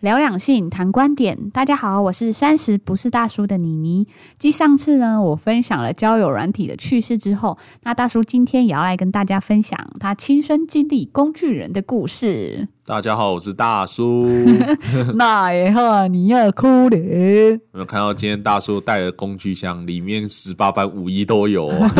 聊两性，谈观点。大家好，我是三十不是大叔的妮妮。继上次呢，我分享了交友软体的趣事之后，那大叔今天也要来跟大家分享他亲身经历工具人的故 事。大家好，我是 大叔。那也和你要哭嘞。有没有看到今天大叔带的工具箱，里面十八般武艺都有哦、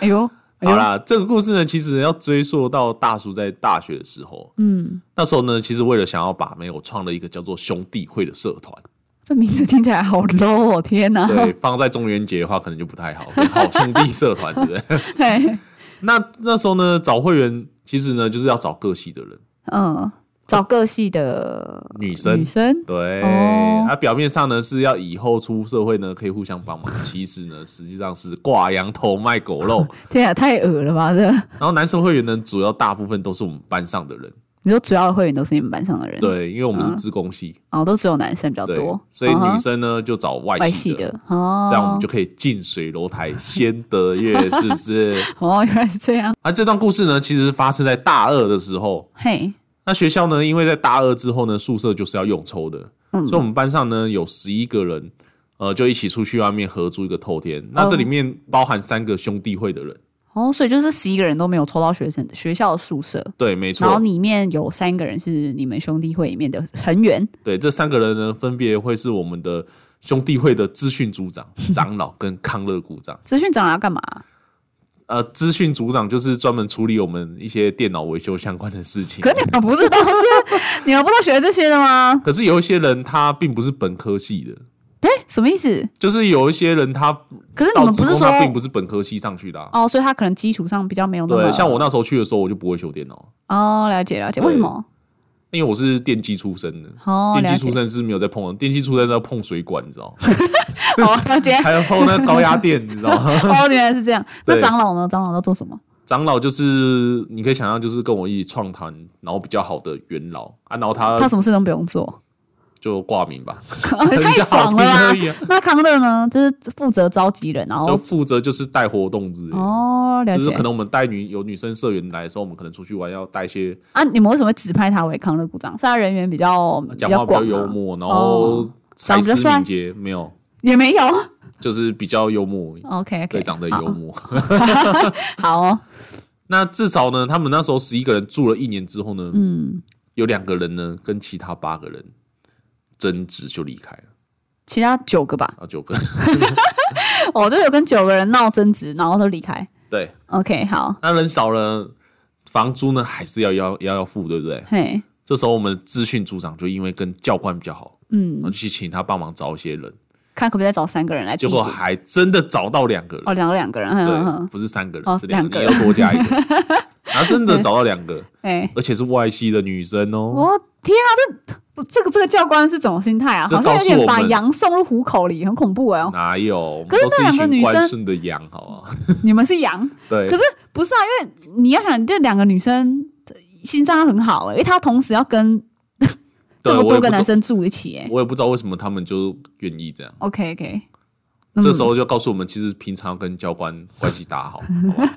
哎呦， 哎呦好，啦，这个故事呢，其实要追溯到大叔在大学的时候，嗯，那时候呢，其实为了想要把妹，我创了一个叫做兄弟会的社 团。这名字听起来好 low 哦，天哪！ 对，放在中元节的话，可能就不太好。 好兄弟社团，对不对？嘿那那时候呢，找会员其实呢，就是要找各系的人，嗯，找各系的女生女。生，对，哦啊，表面上呢是要以后出社会呢可以互相 帮忙，其实呢实际上是挂羊头卖狗肉。天啊，太恶了吧！这然后男生会员呢，主要大部分都是我们班上的人，你说主要的会员都是你们班上的人，，对，因为我们是自工系，哦，都只有男生比较对多，，所以嗯哼女生呢就找外外系系的，的哦，这样我们就可以近水楼台先得月，是不 是？哦，原来是这样，啊，这段故事呢，其实是发生在大二的时候。嘿，那学校呢，因为在大二之后呢，宿舍就是要用抽的，嗯所以我们班上呢有十一个人，呃，就一起出去外面合租一个透天。那嗯这里面包含三个兄弟会的人，哦，所以就是十一个人都没有抽到学生学校的宿舍，对，没错。然后里面有三个人是你们兄弟会里面的成员，对，这三个人呢，分别会是我们的兄弟会的资讯组 长、长老跟康乐股长。资讯长要干嘛？呃，资讯组长就是专门处理我们一些电脑维修相关的事情可。你们不是都 是你们不都学这些的吗？可是有一些人他并不是本科系哎，的，什么意思？就是有一些人他可是你到们职不是工说他并不是本科系上去的、啊。哦，所以他可能基础上比较没有那么对，像我那时候去的时候，我就不会修电脑，哦，了解了解，对为什么？因为我是电机出身的。哦，电了机出解，身是没有在碰的，电机出身都要碰水管，你知道吗？ 好哦了解，还要碰那高压电，你知道吗？哦，原来是这样。那对长老呢？长老都做什么？长老就是你可以想象，就是跟我一起创坛，然后比较好的元老啊，然后他他什么事都不用 做，就挂名吧，太爽了 比较好吧听而！已啊那康乐呢，就是负责召集人，然就后负责就是带活动之类的。哦，了就是解可能我们带女有女生社员来的时候，我们可能出去玩要带一些啊。你们为什么会指派他为康乐股长？是他人缘比较比呃讲话较比较广啊幽吗？默，然后才长得思帅敏捷，没有，也没有。就是比较幽默， OK 对， OK，长得幽默。好哦，那至少呢，他们那时候十一个人住了一年之后呢，嗯，有两个人呢跟其他八个人争执就离开了，其他九个吧，啊，九个，哦，就有跟九个人闹争执，然后都离开。 对， OK，好，那人少了，房租呢还是要要要要付，对不对？嘿，这时候我们资讯组长就因为跟教官比较好，嗯啊然，后就去请他帮忙找一些人，看可不可以再找三个人来递结补。果还真的找到两个人，哦，两个两个人，嗯嗯对，嗯，不是三个人，哦是两个，两个你要多加一个， 然后真的找到两个，哎，而且是外系的女生哦，我天啊，这这个这个教官是什么心态啊？这好像告有诉点我把们羊送入虎口里，很恐怖 哎、哦。哪有？我们可是都那两是一个群女生乖顺的羊，好不好？你们是羊，对，可是不是啊？因为你要想，这两个女生呃心脏很好哎、因为她同时要跟这对么我多也个不男知生住一起哎、我也不知道为什么他们就愿意这样。 OK OK，这嗯时候就告诉我们，其实平常跟教官关系打好，好吧？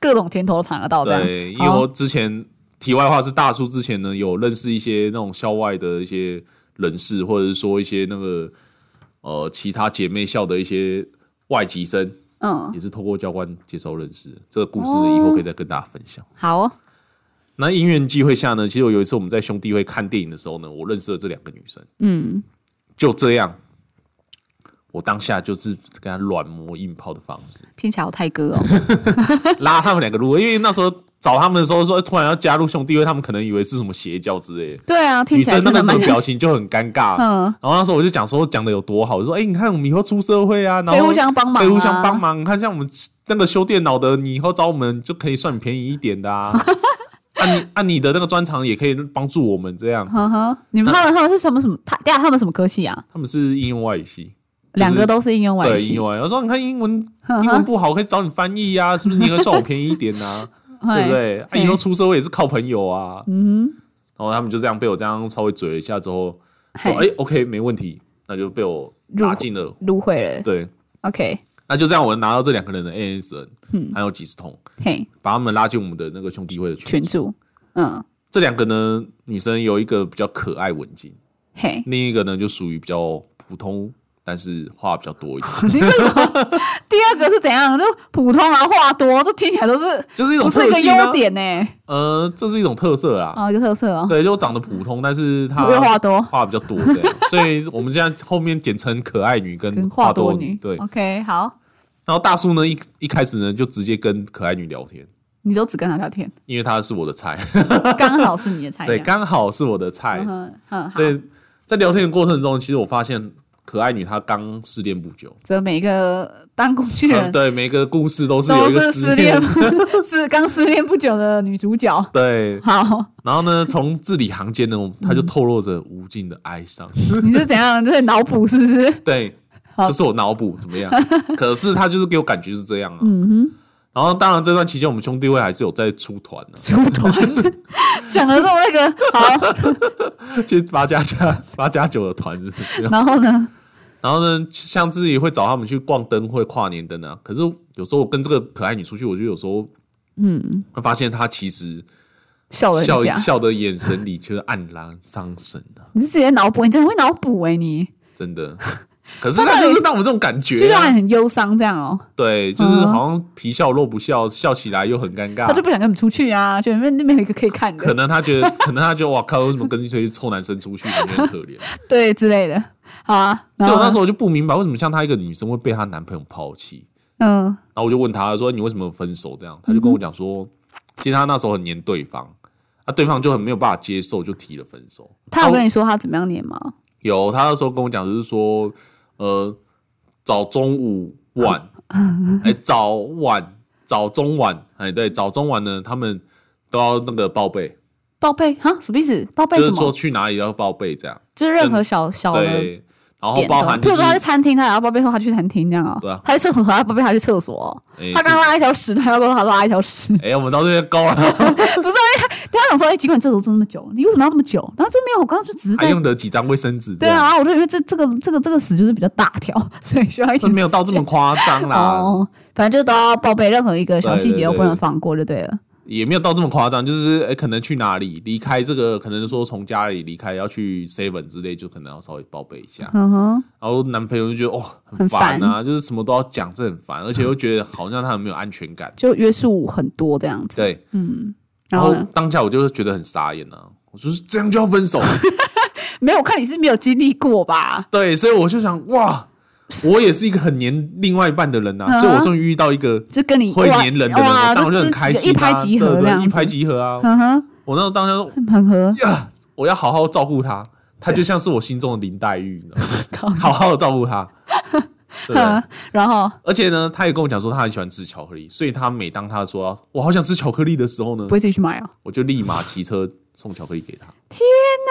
各种甜头尝得到这样。对，因为我之前题外话是大叔之前呢有认识一些那种校外的一些人士，或者是说一些那个呃其他姐妹校的一些外籍生，嗯，哦也是透过教官介绍认识的。这个故事呢，以后可以再跟大家分享。好哦，那因缘际会下呢，其实我有一次我们在兄弟会看电影的时候呢，我认识了这两个女生。嗯，就这样，我当下就是跟她软磨硬泡的方式，听起来好泰哥哦。 拉他们两个入会，因为那时候找他们的时候说，哎突然要加入兄弟会，他们可能以为是什么邪教之类的。对啊，听女起来生那真的个蛮这个像表情就很尴尬，嗯，然后那时候我就讲说讲的有多好，我说哎、你看我们以后出社会啊，然后可以互相帮忙、啊，可以互相帮忙，看像我们那个修电脑的，你以后找我们就可以算便宜一点 的啊，按、你按、你的那个专长也可以帮助我们这样。呵呵，你们他们他们是什么什么？他对啊，他们什么科系啊？他们是应用外语系，就是两个都是应用外语对系英。文，我说你看英文呵呵英文不好，我可以找你翻译呀、是不是？你会算我便宜一点 呐、对不嘿？对？啊，嘿以后出社会也是靠朋友啊。嗯然后他们就这样被我这样稍微嘴了一下之后，哼，说：“嘿哎，OK，没问题。”那就被我入打进了。入会了。对， OK，那就这样，我拿到这两个人的嗯 ASN，还有几十通，嘿，把他们拉进我们的那个兄弟会的群。群主，嗯，这两个呢，女生有一个比较可爱文静，嘿，另一个呢就属于比较普通，但是话比较多一点， 你这种第二个是怎样？就普通啊，话多，这听起来都是就是一种不是特一个性啊优。点呢、呃，这是一种特色啦。哦，一个特色哦，对，就长得普通，但是她不会话多话比较多这样， 所以我们现在后面简称可爱女跟跟话嗯多多女。哦对， ，OK，好，然后大叔呢一一开始呢就直接跟可爱女聊天，你都只跟他聊天，因为她是我的菜，刚好是你的菜。 对，刚好是我的菜，啊嗯哼嗯，好所。以在聊天的过程中，其实我发现可爱女她刚失恋不久，这每一个当工具嗯人对，每个故事都是有都一个是失失恋恋， 是刚失恋不久的女主角。对，好，然后呢，从字里行间呢，我们她就透露着无尽的哀 伤。你是怎样？在脑补是不是？对，好这是我脑补怎么 样？可是她就是给我感觉是这样啊。嗯哼。然后，当然这段期间，我们兄弟会还是有在出团啊的、出团 讲的这么那个好， 去八加加八加九的团，是不是？然后呢？然后呢，像自己会找他们去逛灯会、跨年灯啊。可是有时候我跟这个可爱女出去，我就有时候嗯，会发现她其实笑人笑家，笑的眼神里就是黯然伤神啊，你是直接脑补，你真的会脑补哎，你 真的。可是她就是让我这种感就是觉、让啊，你很忧伤这样哦，对，就是好像皮笑肉不笑，笑起来又很尴他就尬。不想跟你们出去啊，就那那边有一个可以看可的，能她觉得， 可能她觉得，哇靠，为什么跟这些臭男生 出去，感觉很可怜。对之类的。好啊，所然以我后那呢时候我就不明白，为什么像她一个女生会被她男朋友抛弃。嗯，然后我就问他说：“你为什么分手？”这样，他就跟我讲说，其实他那时候很黏对方，啊，对方就很没有办法接受，就提了分手。他有然跟后你说他怎么样念吗？有他那时候跟我讲，就是说，呃，早中午 晚，哎，早晚早中晚，哎，对，早中晚呢，他们都要那个报备，报备哈，什么意思？报备就什是说么？去哪里要报备这样，就是任何小小的对，然后点哦包含譬就如是说他去餐厅，他也要报备说他去餐厅这样啊、对啊他去厕所，他要报备他去厕所哦、哎他是刚刚拉一条屎，他 要报备他拉一条屎。哎，我们到这边 高了，对他想说，哎、尽管厕所坐那么久，你为什么要这么久？然后就没有，我刚刚就只是还在。用得几张卫生纸？对啊，然，后我就觉得这这个这个这个屎就是比较大条， 所以需要一这点 没有到这么夸张啦， 哦，反正就都要报备，任何一个小细对节对都对不能放过，就对了。也没有到这么夸张，就是诶、可能去哪里离开这个，可能说从家里离开要去 Seven 之类，就可能要稍微报备一下。嗯哼，然后男朋友就觉得哦很很烦烦。啊，就是什么都要讲，这很烦，而且又觉得好像他很没有安全感就约束很多这样子。对，然然后后呢？当下我就是觉得很傻眼啊，我就是这样就要分手， 没有，我看你是没有经历过吧？对，所以我就想哇，我也是一个很黏另外一半的人啊，嗯哼所以我终于遇到一个就跟你会哇黏人的人，哇，我就当然就知很开己心、啊，一拍即合对这对样子一拍即合啊。嗯哼，我那时候当下说很合。呀，我要好好照顾她，她就像是我心中的林黛玉，你知道吗 靠嗯好好的照 顾她。对不对？然后而且呢，她也跟我讲说她很喜欢吃巧克力，所以她每当她说我好想吃巧克力的时候呢不，会自己去买哦。我就立马骑车送巧克力给她，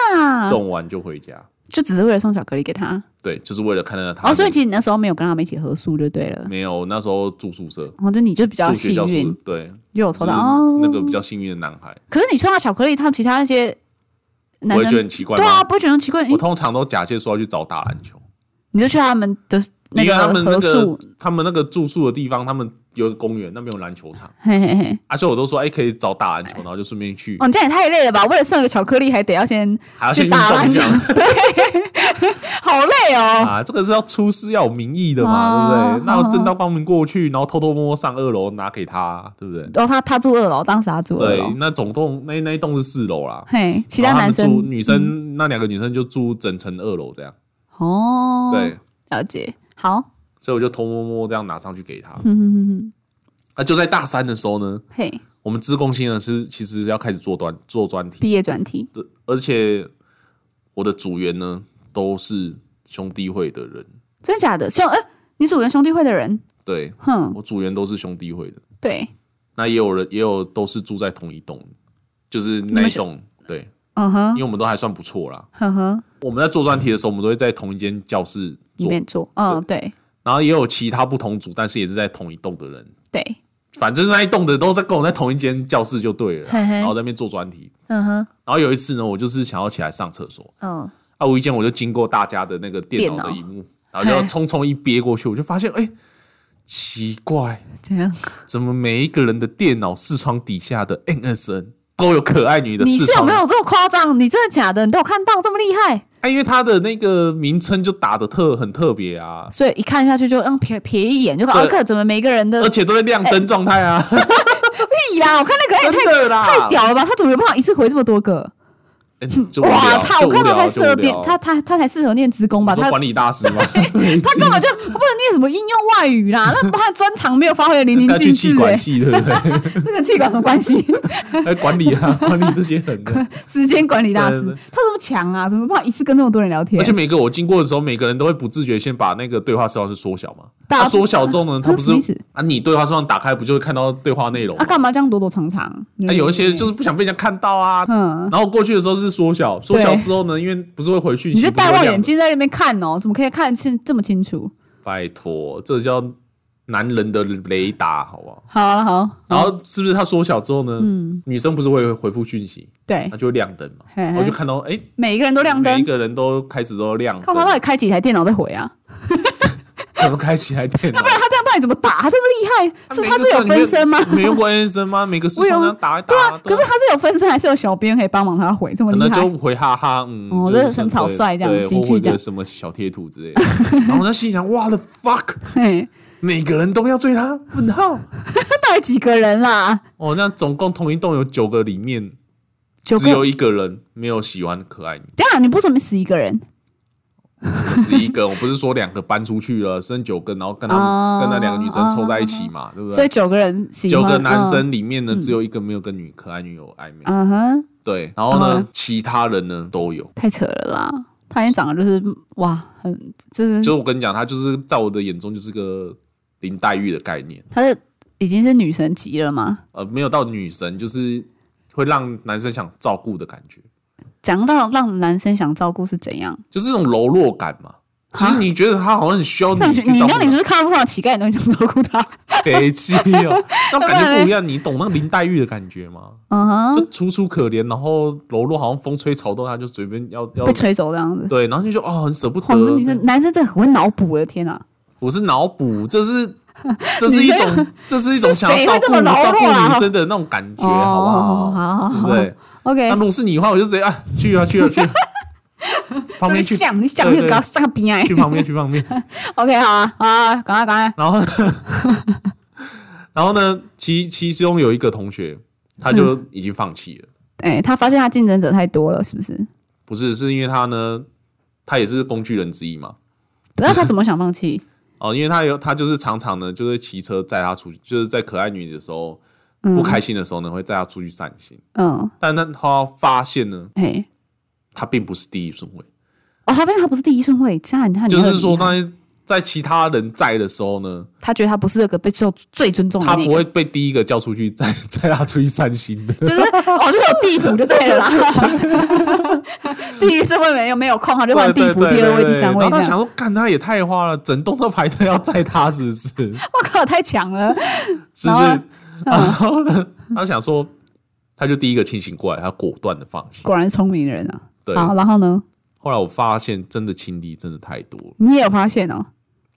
那送完就回家。啊就只是为了送巧克力给他。对，就是为了看到她。哦，所以其实你那时候没有跟他们一起合宿就对了。没有，那时候住宿舍，哦，就你就比较住学幸校宿运舍，，对，就有抽到就是哦。那个比较幸运的男孩，可是你抽到巧克力，他们其他那些我男会生觉得很奇怪对啊，吗？不会觉得很奇怪。诶我通常都假借说要去找打篮球，你就去他们的那因为他个们那合个宿，他们那个住宿的地方，他们有个公园，那边有篮球场。嘿嘿嘿。啊，所以我都说，哎、可以找打篮球，然后就顺便去，哦，你这样也太累了吧？为了送一个巧克力，还得要先还要啊先去运打动篮这球 样，好累哦。啊，这个是要出师要有名义的嘛，哦对不对？那我正 大光明过去，然后偷偷摸摸上二楼拿给他，对不对？然后哦他他住二楼，当时他住二对楼，，那总栋那那一栋是四楼啦，嘿，哦 其然后男们住生嗯女生那两个女生就住整层二楼这样，哦，对，，了解，好，所以我就偷摸摸这样拿上去给他。嗯哼哼哼，啊，就在大三的时候呢，嘿，我们资工系呢是其实要开始做专做专题，毕业专题，而且我的组员呢都是兄弟会的人，真假的？像哎、你组员兄弟会的人，对，哼，我组员都是兄弟会的，对，那也有人也有都是住在同一栋，就是你那一们是栋，对，嗯因哼，为我们都还算不错啦。哼哼，我们在做专题的时候，我们都会在同一间教室里做，面做，嗯，对然后也有其他不同组，但是也是在同一栋的人，对，反正那一栋的都在跟我在同一间教室就对了啦，嘿嘿然后在那边做专题。嗯哼，然后有一次呢，我就是想要起来上厕所，嗯，啊，无意间我就经过大家的那个电脑电脑的荧幕，然后就嘿匆匆一瞥过去，我就发现，哎、奇怪，怎样？怎么每一个人的电脑视窗底下的 NSN 都有可爱女的你视是有窗没。有这么夸张？你真的假的？你都有看到这么厉害？啊，因为它的那个名称就打的特很特别啊，所以一看下去就让瞥瞥一眼，就搞对呃啊，看怎么每个人的而且都在亮灯状态啊，屁啦！我看那个也真哎太的啊啦，太屌了吧？他怎么有办法一次回这么多个？哎！就无聊哇，他我就无看他聊才就适无合念聊，他他他才适合念职工吧？你他说管理大师吗？ 他根本就他不能念什么应用外语啦，那他专长没有发挥的淋漓该尽去气 致管哎、系对不对？ 这跟气管什么关系？来管理 啊，管理这些人的。时间管理大师对对，他这么强啊，怎么办法一次跟那么多人聊天而？且每个我经过的时候，每个人都会不自觉先把那个对话视窗是缩小嘛。大它缩小之后呢，它那不什么意是思？啊，你对话视窗打开不就会看到对话内容啊，吗？干嘛这样躲躲藏藏？啊，有一些就是不想被人家看到啊。嗯，然后过去的时候是缩小，缩小之后呢，因为不是会回去，你是戴望远镜？镜在那边看哦，怎么可以看清这么清楚？拜托，这叫男人的雷达，好不好？好了好，然后是不是它缩小之后呢？嗯女生不是会回复讯息，对她，就会亮灯嘛。嘿嘿啊我就看到，哎，每一个人都哎亮每灯，一个人都开始都亮靠灯，他到底开几台电脑在回啊？怎么开起来电脑不？然他这样到底怎么打？他这么厉害， 是他是有分身吗？没用过 N 声吗？每个视我有窗这样打一打，对啊，可是他是有分身，还是有小编可以帮忙他回？这么可厉能害，就回哈哈，嗯，哦就是就是很草率这样对进去或者这样什么小贴图之类的。然后他心想： 哇的 fuck，嘿，每个人都要追他？问号？他 到底几个人啊啦？哦，那总共同一栋有九个，里面九只个？有一个人没有喜欢可爱你，等一下你不准备死一个人？十一个。我不是说两个搬出 去了，剩九个，然后跟他哦们跟那两个女生凑在一起嘛，对不所以对？九个人嗯喜九欢个男，生里面呢，只有一个没有跟女可爱女友暧昧。嗯嗯哼，对，然后呢嗯，其他人呢都有。太扯了啦！他已经长得就是哇，很就是就是我跟你讲，她就是在我的眼中就是个林黛玉的概念，他是已经是女神级了嘛？呃，没有到女神，就是会让男生想照顾的感觉，讲到让男生想照顾是怎样？就是这种柔弱感嘛。就是你觉得她好像很需要啊那你你去你照那顾你不她，是看到不少乞丐，你都想照顾他？北气哦， 那种感要不然觉嘞不一样。你懂那个林黛玉的感觉吗？嗯哼，就楚楚可怜，然后柔弱，好像风吹草动，她就随便要要被吹走这样子。对，然后就说哦，很舍不哇，你们女得。生男生真的很会脑补，我的天啊！我是脑补，这是这是一种 这是一种是想要谁照会这么顾柔照顾弱啊女生的那种感觉，哦好不好？好好对好不对？ ，OK 那。如果是你的话，我就直接啊，去啊去啊去 啊，旁你边去想，你想对就对给他上个边哎去。旁边去旁边， OK，好啊，好啊，赶快，赶快。然后呢 然后呢，其其中有一个同学他就嗯已经放弃了，哎，他发现他竞争者太多了，是不是？不是是因为他呢，他也是工具人之一嘛。不知道他怎么想放弃。哦，因为他有他就是常常呢，就是骑车载她出去，就是在可爱女的时候嗯不开心的时候呢，会载她出去散心。嗯，但他他发现呢，嘿，他并不是第一顺位，哦，他发现他不是第一顺位，这样你看，就你是很说厉害他在其他人在的时候呢，他觉得他不是那个被受最尊重的他那不个，会被第一个叫出去，再 再拉出去散心的。就是哦，就是有地补就对了啦。 第一顺位没有没有空，他就换地补，第二位、第三位这然后他想样。说，干他也太花了，整栋都排队要载他，是不是？我靠，太强了！是不嗯是？然后呢，他想说，他就第一个清醒过来，他果断的放弃。果然是聪明人啊。对，好，然后呢？后来我发现，真的情敌真的太多了。你也有发现哦？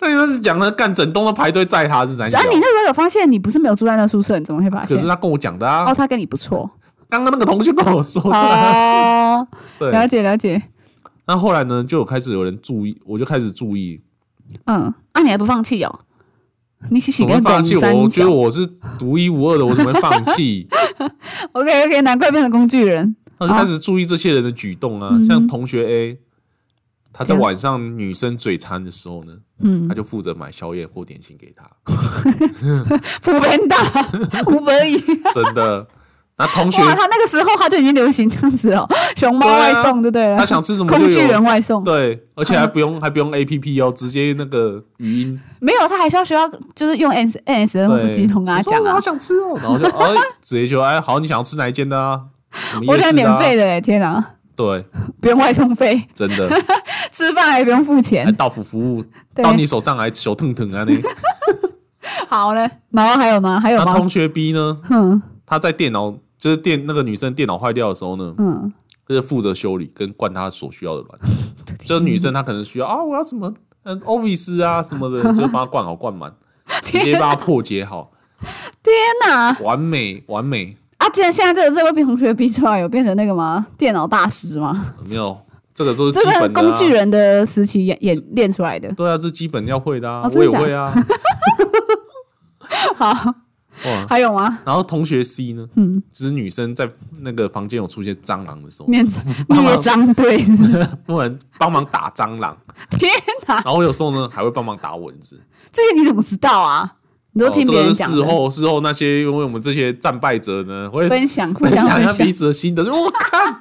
但他是讲了，干整栋都排队载他是怎只样要？你那时候有发现，你不是没有住在那宿舍，你怎么会发可现是？他跟我讲的哦，啊，他跟你不错。 刚刚那个同学跟我说的啊。哦，对，了解了解。那后来呢，就有开始有人注意，我就开始注意嗯，啊，你还不放弃哦？你洗洗怎跟么会放狗弃？我三觉小得我是独一无二的，我怎么会放 弃？ ，OK OK，难怪变成工具人。他就开始注意这些人的举动嗯啊，像同学 A，他在晚上女生嘴馋的时候呢，嗯，他就负责买宵夜或点心给她，福本大， 福本乙，真的。那同学哇，他那个时候他就已经流行这样子 了，熊猫外送就对了，啊他想吃什么工就具人有，外送，对，而且还不用还不用 A P P 哦，直接那个语音没有，他还是要需要就是用 N S N S 对的公司机筒跟他讲我说我啊好，想吃哦，然后就哎，直接就哎，好，你想要吃哪一间的啊？什么我夜觉得市的免啊费的哎，天啊，对，不用外送费， 真的，吃饭还不用付还钱，到府服务对哎到你手上还手腾腾啊那。好嘞，然后还有吗？还有那吗？同学 B 呢？他在电脑就是电那个女生电脑坏掉的时候呢，嗯，就是负责修理跟灌她所需要的 软体。就是女生她可能需要啊，我要什么嗯 Office 啊 什么的，就帮她灌好灌满，直接天帮她破解好，哪，完美完美。啊，啊，既然现在这个这位同学逼出来，有变成那个吗？电脑大师吗？没有，这个都是这基本的、个啊、工具人的时期演演练出来的。对啊，这基本要会的啊，哦我真也的假的会啊。 好，哇，还有吗？然后同学 C 呢，嗯，就是女生在那个房间有出现蟑螂的时候，面 灭张对，不然帮忙打蟑螂，天哪，然后我有时候呢还会帮忙打蚊子。这个你怎么知道啊？你都哦听这别个人是讲事的。后事后那些因为我们这些战败者呢，会分享，互 分相享一分下享彼。此的心得，就我看。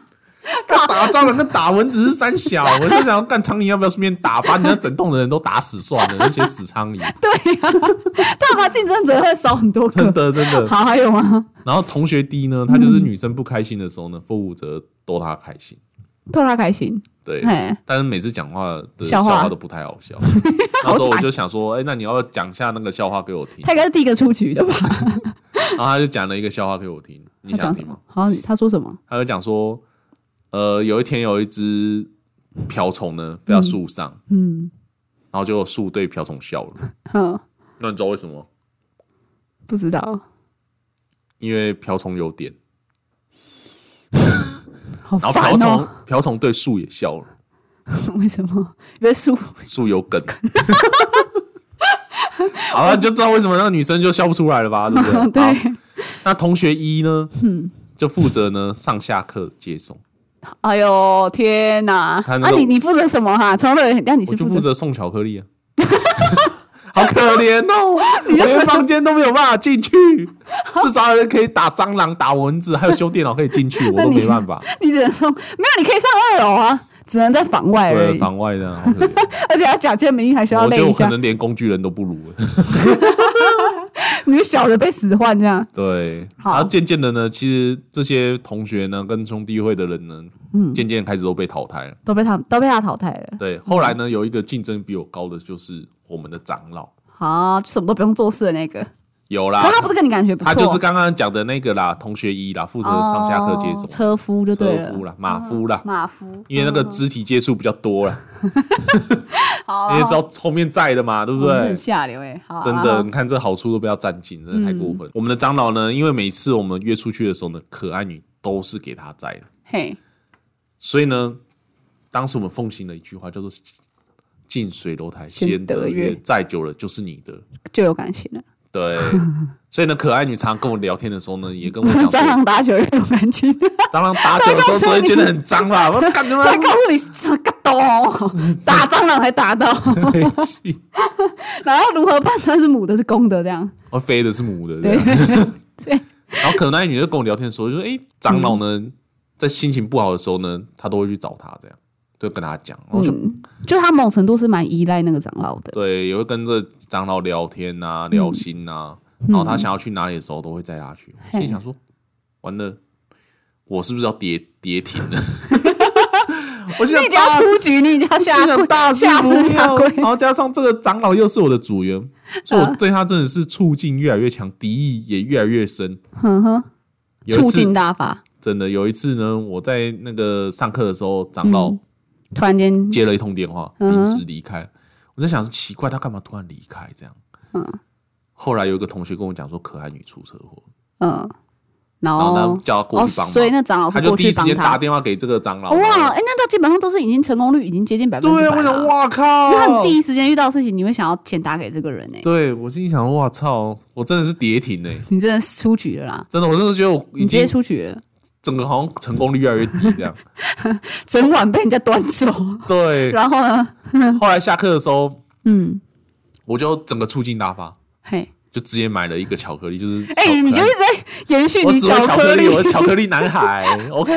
干打蟑螂跟打蚊子是三小，我就想要干苍蝇，要不要顺便打，把你那整栋的人都打死算了？那些死苍蝇，对呀、但他竞争者会少很多真个。的真的。好，还有吗？然后同学 D 呢，他嗯就是女生不开心的时候呢，负责逗她开心，逗他开心，对。嘿，但是每次讲话的笑笑话话都不太好 笑，那时候我就想说，哎、那你要讲一下那个笑话给我听。他应该是第一个出局的吧？然后他就讲了一个笑话给我听，你他想讲听什吗么？？好，你他说什么？他就讲说，呃，有一天有一只瓢虫呢飞到树上，嗯，然后就树对瓢虫笑了。嗯，那你知道为什么？不知道，因为瓢虫有点，好然后瓢烦虫、哦。 瓢虫对树也笑了，为什么？因为树树有梗。 好了，你就知道为什么那个女生就笑不出来 了吧？对啊不对？好对，嗯那同学一呢，就负责呢上下课接送，哎呦天哪！他啊那，种你你负责什么哈？从头到尾，但你我是就负负责责送巧克力啊。 好可怜 哦，我就连房间都没有办法进去，至少还可以打蟑螂、打蚊子，还有修电脑可以进去，我那都你没 办法。你只能送，没有，你可以上二楼啊，只能在房外而对，已，房外的好 可怜，而且要假借名义还需要我觉得累一我可下，能连工具人都不如欸了。你就小的被使唤这样。对，好然后渐渐的呢，其实这些同学呢，跟兄弟会的人呢，嗯渐渐开始都被淘汰了。都被他都被他淘汰了。对，后来嗯呢，有一个竞争比我高的就是我们的长老，啊，什么都不用做事的那个，有啦可，他不是跟你感觉不错，啊他就是刚刚讲的那个啦，同学一啦，负责上下课接哦送，车夫就对车了哦嗯夫，啦，马夫啦，马夫，因为那个肢体接触比较多了， 好啦，因为是要后面载的嘛，对不我们对很？下流哎，好啦真好嗯的，啦你看这好处都不要占尽，真的太过分。我们的长老呢，因为每次我们约出去的时候呢，可爱女都是给他载的，嘿，所以呢，当时我们奉行了一句话，叫做“近水楼台先先得得月月”，载久了就是你的。就有感情了。对， 所以呢，可爱女常跟我聊天的时候呢，也跟我 讲蟑说，螂打球有感情， 蟑螂打久的时候，只会觉得很 脏啦。我感觉他告诉你什么个懂，打蟑螂还打到， 黑气，然后如何判断是母的是公的这样？我 飞的是母的。这对样 对，嗯然后可爱女就跟我聊天的时候，就说：“哎，长老呢，在心情不好的时候呢，他都会去找他，这样就跟他讲。”然哦后就嗯，就他某程度是蛮依赖那个长老的，对，也会跟着长老聊天嗯啊，聊心啊，然后他想要去哪里的时候都会载他去。嘿心里想说，完了，我是不是要跌跌停了？ 我心你想已经要大出局，你已经要下心想跪大下事死不下妙，跪，然后加上这个长老又是我的组员，所以嗯我对他真的是促进越来越强，敌意也越来越深。哼嗯哼，有一促进次大法，真的有一次呢，我在那个上课的时候，长老嗯突然间接了一通电话，嗯哼临时离开。我在想说奇怪，他干嘛突然离开这样？嗯后来有一个同学跟我讲说，可爱女出车祸，嗯，然然后后他叫他过去哦，帮忙，所以那长老他是就过第一去时帮间打他。电话给这个长老。哇，哎、那那基本上都是已经成功率已经接近百分之对，啊百我想，了。啊哇靠！因为他们第一时间遇到事情，你会想要先打给这个人哎、对我心里想，哇操，我真的是跌停哎、你真的是出局了啦，真的，我真的觉得我你已直接经出局了，整个好像成功率越来越低 这样。整晚被人家端走。对，然后呢，后来下课的时候，嗯，我就整个促进大发，嘿，就直接买了一个巧克力，就是哎、巧克力你就一直在延 续我你只会巧克力，我是天巧克力男孩 ，OK。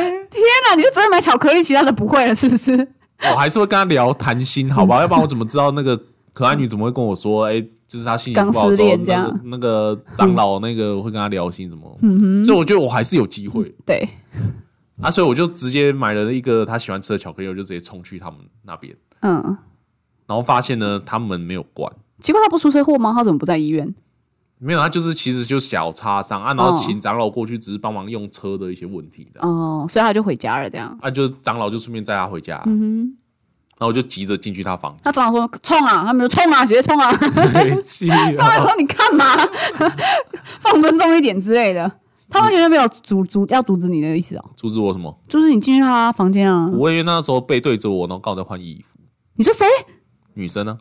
哪，你就只会买巧克力，其他的不会了，是不是？我还是会跟他聊谈心，好吧？要不然我怎么知道那个可爱女怎么会跟我说？哎、就是她心情不好钢的时丝候，恋这那样嗯个那个长老那个会跟她聊心什么？所以我觉得我还是有机会对，啊，所以我就直接买了一个她喜欢吃的巧克力，我就直接冲去他们那边，嗯，然后发现呢，他们没有关。奇怪，他不出车祸吗？他怎么不在医院？没有，他就是其实就小擦伤啊，然后哦请长老过去，只是帮忙用车的一些问题的、哦，所以他就回家了，这样。啊，就长老就顺便载他回家，嗯然后我就急着进去他房他长老说冲啊，他们就冲啊，直接冲啊。间，气啊 他还说你干嘛？放尊重一点之类的。他完全就没有阻阻要阻止你的意思哦，阻止我什么？就是你进去他房间啊。我以为那时候背对着我，然后刚好在换衣服。你说谁？女生呢？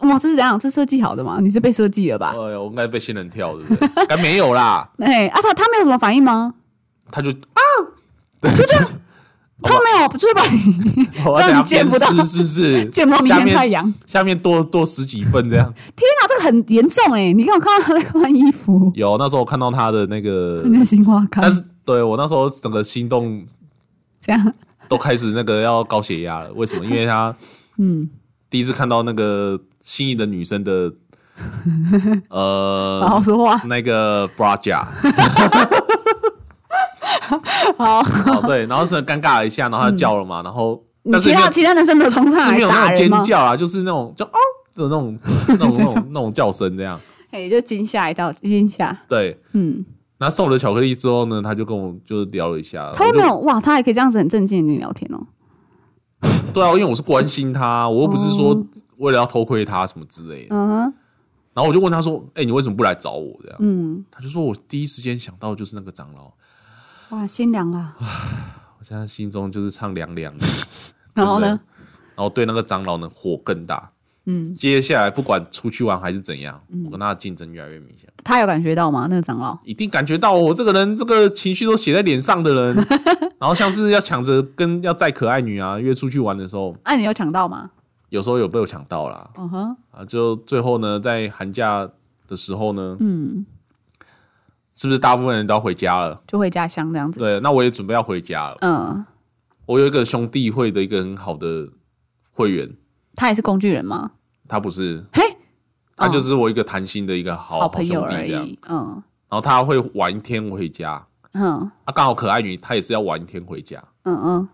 哇，这是怎样？这设计好的吗？你是被设计了吧哎？呀，我应该被仙人跳，对不对？该没有啦，哎、啊，他他没有什么反应吗？他就哦他没有，就是把你我要让你讲见不到是是不 是？见不到明下天太面阳。下面多多十几份这样。天哪，这个很严重哎、你看我看到他在换衣服，有那时候我看到他的那个，你的心花开呃但，是对我那时候整个心动这样都开始那个要高血压了。为什么？因为他嗯，第一次看到那个心仪的女生 的好好呃说话，那个 bra 夹，好。哦对，然后是尴尬了一下，然后他就叫了嘛，然后你但是其没他有其他男 生没有冲上是来没有那打种人吗尖？叫啊，就是那种就哦的那 种那种那种那种叫声这样。哎，就惊吓一道，惊吓。对，嗯，那送我的巧克力之后呢，他就跟我就是聊了一下，他呃我都就没有哇，他还可以这样子很正经的跟你聊天哦。对啊，因为我是关心他，我又不是说为了要偷窥他什么之类的。哦嗯然后我就问他说：“哎、你为什么不来找我？”这样，嗯，他就说我第一时间想到就是那个长老，哇，心凉 了。我现在心中就是唱凉凉的。 然后呢？然后对那个长老呢火更大。嗯，接下来不管出去玩还是怎样，我跟他的竞争越来越明显，他有感觉到吗？那个长老？一定感觉到哦我这个人这个情绪都写在脸上的人， 然后像是要抢着跟要载可爱女啊约出去玩的时候，哎，你有抢到吗？有时候有被我抢到啦。嗯哼，啊，就最后呢，在寒假的时候呢，嗯，是不是大部分人都要回家了？就回家乡这样子。对，那我也准备要回家了。嗯，我有一个兄弟会的一个很好的会员，他也是工具人吗？他不是，嘿，他就哦是我一个谈心的一个好好朋友兄弟而这样。已。嗯然后他会晚一天回家，嗯啊，刚好可爱女她也是要晚一天回家，嗯嗯，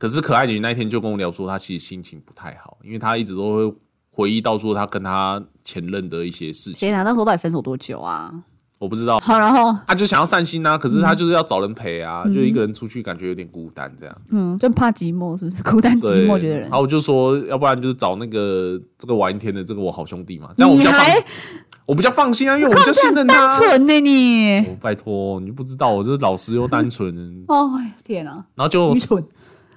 可是可爱女那天就跟我聊说，她其实心情不太好，因为她一直都会回忆到说她跟她前任的一些事情，天哪，那时候到底分手多久啊？我不知道。好，然后他就想要散心啊，可是他就是要找人陪啊，就一个人出去感觉有点孤单这样。嗯，就怕寂寞，是不是？孤单对，寂寞觉得人然。后我就说，要不然就是找那个这个玩一天的这个我好兄弟嘛，这样我比你较放还，我比较放心啊，因为我比较信任他单。纯呢你？。我拜托，你就不知道，我就是老实又单纯 哦，哎天哪，然后就愚蠢。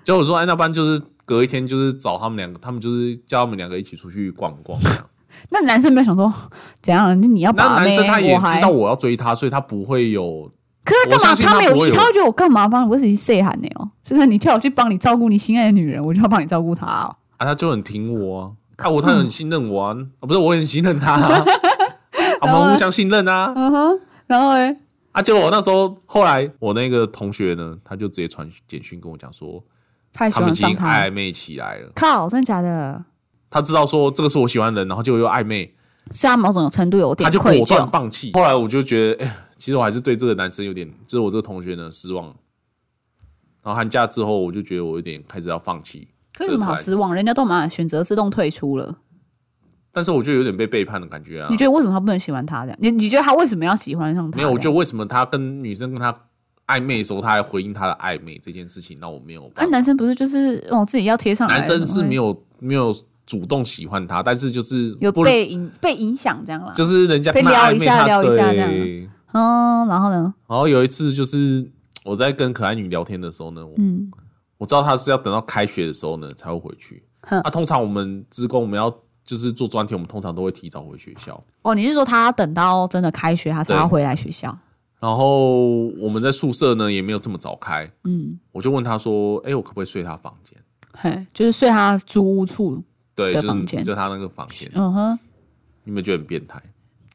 就我说，哎，那不然就是隔一天就是找他们两个，他们就是叫他们两个一起出去逛逛这样。那男生没有想说怎样？你要那把男妹，生他也我还知道我要追他，所以他不会有可是他干我嘛？相信他他没不有会意，有他会觉得我干嘛帮？我只是谁喊你哦？就是你叫我去帮你照顾你心爱的女人，我就要帮你照顾她哦。啊，他就很挺我啊，啊，我他很信任我啊，啊不是我很信任他、 啊，我们互相信任啊。嗯哼，然后嘞，啊，结果我那时候后来我那个同学呢，他就直接传简讯跟我讲说，他还喜他们欢已经上他。暧昧起来了。靠，真的假的？他知道说这个是我喜欢的人，然后结果又暧昧，虽然某种程度有他点就愧果断疚，放弃。后来我就觉得，哎、其实我还是对这个男生有点，就是我这个同学呢失望了。然后寒假之后，我就觉得我有点开始要放弃，可是有什么好失望？人家都马上选择自动退出了，但是我就有点被背叛的感觉啊你。觉得为什么他不能喜欢他这样？你你觉得他为什么要喜欢上他这没样？有，我觉得为什么他跟女生跟他暧昧的时候，他还回应他的暧昧这件事情，让我没有办法。啊那男生不是就是哦自己要贴上来，男生是没有有没有主动喜欢他，但是就是有不被影被影响这样啦。就是人家被跟他撩一暧昧下他撩一下这样对嗯，然后呢？然后有一次就是我在跟可爱女聊天的时候呢，嗯，我知道她是要等到开学的时候呢才会回去。哼那、通常我们职工我们要就是做专题，我们通常都会提早回学校。哦，你是说他要等到真的开学，他才对要回来学校？然后我们在宿舍呢也没有这么早开，嗯，我就问她说：“哎、我可不可以睡她房间嘿，就是睡他租屋处。？”对，的就是房间就她那个房间，嗯哼，你们觉得很变态？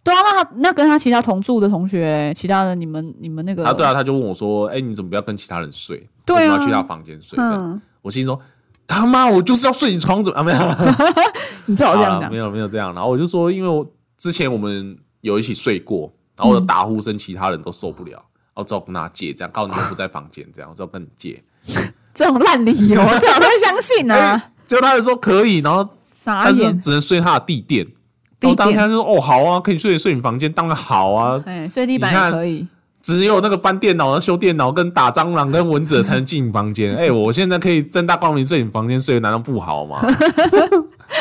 对啊，那他那跟他其他同住的同学，其他的你们你们那个，她对啊，她就问我说：“哎、你怎么不要跟其他人睡？对啊为什么要去她房间睡？”这样，嗯，我心中他妈我就是要睡你床，怎么啊没有？你最好这好样啦讲没，有没有这样。然后我就说，因为我之前我们有一起睡过，然后嗯我的打呼声其他人都受不了，然后只好跟他借，这样告诉你们不在房间，这样我只好跟你借。这种烂理由，最好都会相信 啊，结果他就说可以，然后傻但是眼，只能睡他的地垫。然地后当天点，他就说哦好啊，可以睡睡你房间，当然好啊。哎，睡地板也可以，只有那个搬电脑、修电脑、跟打蟑螂、跟蚊子的才能进你房 间。哎、我现在可以正大光明睡你房间睡，难道不好吗？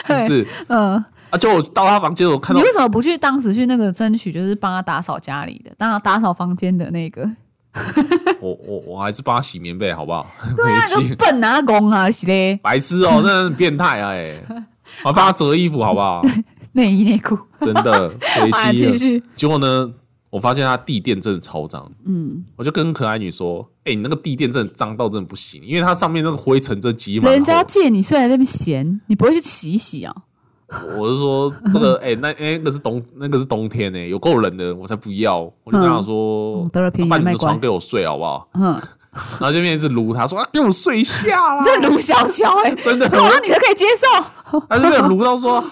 是不是？嗯，啊，就我到他房间，我看你到为什么不去当时去那个争取，就是帮他打扫家里的，当打扫房间的那个？我我我还是帮他洗棉被，好不好？对啊， 没就洗，笨啊，公啊，是嘞，白痴 哦、那很变态啊、欸！我还帮他折衣服，好不好？内衣内裤。真的，回好啊，妻继了。续。结果呢，我发现他地垫真的超脏，嗯，我就跟可爱女说：“哎、你那个地垫真的脏到真的不行，因为它上面那个灰尘真积满。”人家借你睡在那边闲，你不会去洗一洗啊？我是说 这个，哎、那、哎那个是冬，那个是冬天呢、有够冷的，我才不要。我就跟他说嗯，得了便宜把你卖的乖床给我睡好不好？嗯，然后就面一直撸他说啊，给我睡一下啦你。 这卢小小哎、欸，啊 真的，哇，你都可以接受，他就被我撸到说，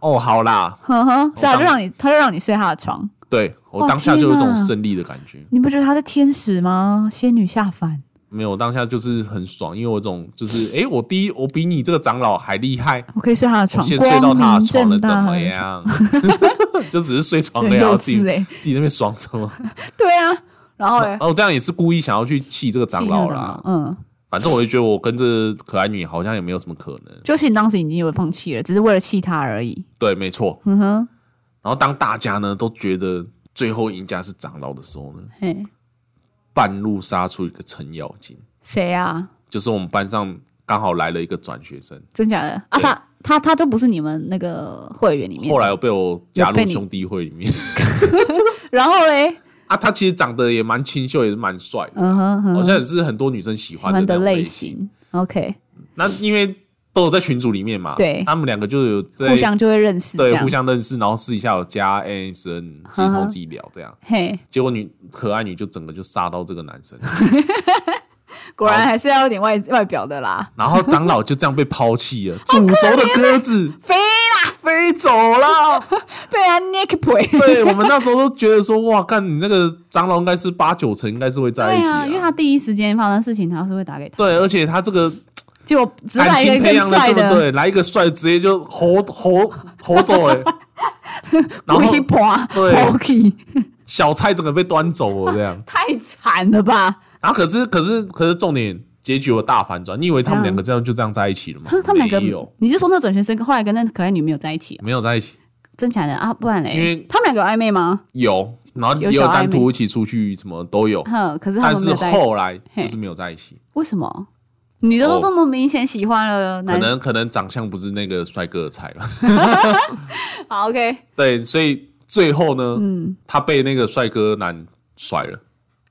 哦，好啦，嗯哼哼，这样就我当让你，他就让你睡他的床，对我哇当下就有一天种啊胜利的感觉，你不觉得他是天使吗？仙女下凡，没有，我当下就是很爽，因为我有一种就是，哎，我第一，我比你这个长老还厉害，我可以睡他的我床，先睡到光他明的正床了，怎大的么床，样？ 就只是睡床很而已，然后幼自己稚哎、自己在那边爽什么？对啊，然 后嘞，哦，这样也是故意想要去气这个长气老啊那啦种，。嗯，反正我就觉得我跟这可爱女好像也没有什么可能。就是你当时已经有放弃了，只是为了气他而已。对，没错。嗯哼，然后当大家呢都觉得最后赢家是长老的时候呢，嘿，半路杀出一个程咬金，谁啊？就是我们班上刚好来了一个转学生，真假的啊？对他他他就不是你们那个会员里面的，后来我被我加有被入你兄弟会里面然后嘞， 啊，他其实长得也蛮清秀，也是蛮帅的，嗯哼哼，好像也是很多女生喜喜欢欢的的那种类类。型，OK，那因为都有在群组里面嘛，对他们两个就有在互相就会认识这对样互。相认识，然后私底下有 加 ASN，其实从自己聊这样。嘿，结果女可爱女就整个就杀到这个 男生，果然还是要有点外外表的啦。然后长老就这样被抛弃了，煮熟的鸽子啊飞啦，飞走了。被他 Nick 陪。对我们那时候都觉得说，哇，干你那个长老应该是八九成应该是会在对一起、啊，因为他第一时间发生事情，他是会打给他，对，而且他这个结果只感来一情个培更养的帅这么的，对，来一个帅直接就吼吼吼走 哎、然后故意爬对 Pokey，小菜整个被端走了这样。太惨了吧？然后啊可是可是可是重点结局有大反转，你以为他们两个这样就这样在一起了吗？他们两没个有，你是说那转学生后来跟那可爱女没有在一起啊？没有在一起，真假的啊？不然嘞，因为他们两个有暧昧吗？有，然后有也有小暧单昧独一起出去什么都有，哼，可是他但们没是有在一起，后来嘿就是没有在一起，为什么？女的都这么明显喜欢了，可男能可能长相不是那个帅哥的菜吧。好 OK， 对，所以最后呢，嗯他被那个帅哥男甩了，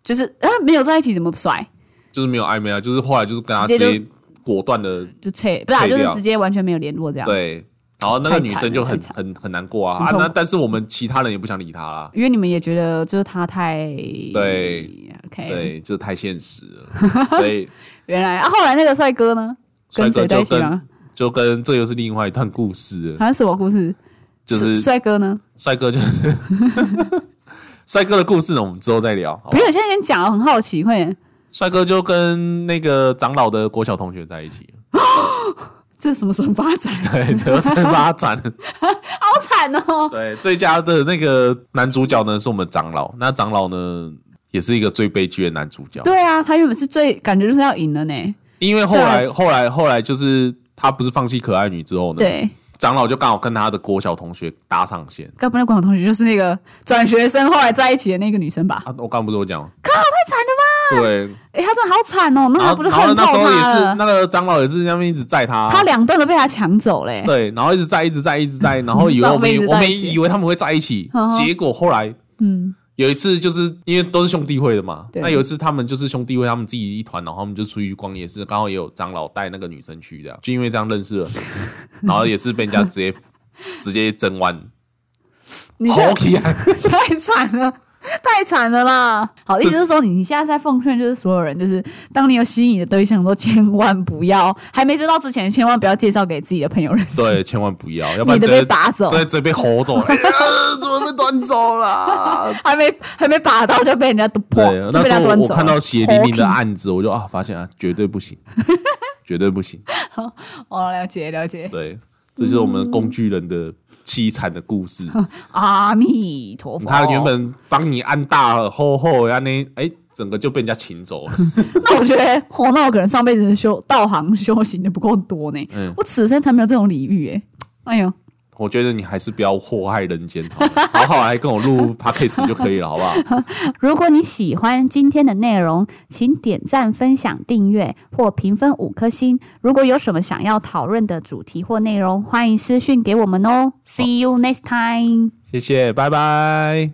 就是啊没有在一起怎么甩？就是没有暧昧啊，就是后来就是跟他直直接就接果断的就切，不是、啊，切就掉是直接完全没有联络这样。，对。然后那个太女惨生了就太很惨很很难过啊很啊！痛那苦但是我们其他人也不想理他啦，因为你们也觉得就是他太对，OK，对，这太现实了。所以原来啊，后来那个帅哥呢，帅 跟哥谁在就一起跟吗？就跟这又是另外一段故事了，好像什么故事？就是帅哥呢？帅哥就是帅哥的故事呢，我们之后再聊。好吧没有，现在先讲哦了，很好奇，快点，帅哥就跟那个长老的国小同学在一起，这是什么神发展？ 对，折身发展。好惨哦！ 对，最佳的那个男主角呢是我们长老，那长老呢也是一个最悲剧的男主角，对啊，他原本是最感觉就是要赢了呢。因为后来最后来后来就是他不是放弃可爱女之后呢，啊对，长老就刚好跟他的国小同学搭上线该不会那广场同学就是那个转学生后来在一起的那个女生吧？啊，我刚不是有讲吗，太惨了对，吧！哎，他真的好惨哦，那然他后不是然后恨那透时候也他是了？那个长老也是那边一直载他，他两顿都被他抢走嘞。对，然后一直在，一直在，一直在，然 后以为我们以浪费一直在我们一起以为他们会在一起嗯，哼结果后来，嗯，有一次就是因为都是兄弟会的嘛，对那有一次他们就是兄弟会，他们自己一团，然后他们就出去逛夜市，刚好也有长老带那个女生去，这样就因为这样认识了， 然后也是被人家直接 直接整完，你这好厉害， 太惨了，太惨了啦！好，意思是说你你现在在奉劝，就是所有人，就是当你有心仪的对象的时候，千万不要还没追到之前，千万不要介绍给自己的朋友认 识，对，千万不要，要你不然的直被接拔走，对，直接被 吼走了，哎呀怎么被端走了？还没还没拔到就被人家夺破对，， 就那被人时家候端我走了。看到血淋淋的 Hockey 案子，我就啊发现啊，绝 对不行，绝对不行。哦，了解了解，对，这就是我们工具人的凄惨的故 事。嗯阿弥陀佛。他原本帮你按大厚厚，然后呢，哎，整个就被人家请走 了。那我觉得，哦，那我可能上辈子修道行修行的不够多呢，嗯我此生才没有这种礼遇哎，哎呦，我觉得你还是不要祸害人间好了，好好来跟我录 podcast 就可以了，好不好？如果你喜欢今天的内容，请点赞、分享、订阅或评分五颗星。如果有什么想要讨论的主题或内容，欢迎私讯给我们哦。See you next time. 谢谢，拜拜。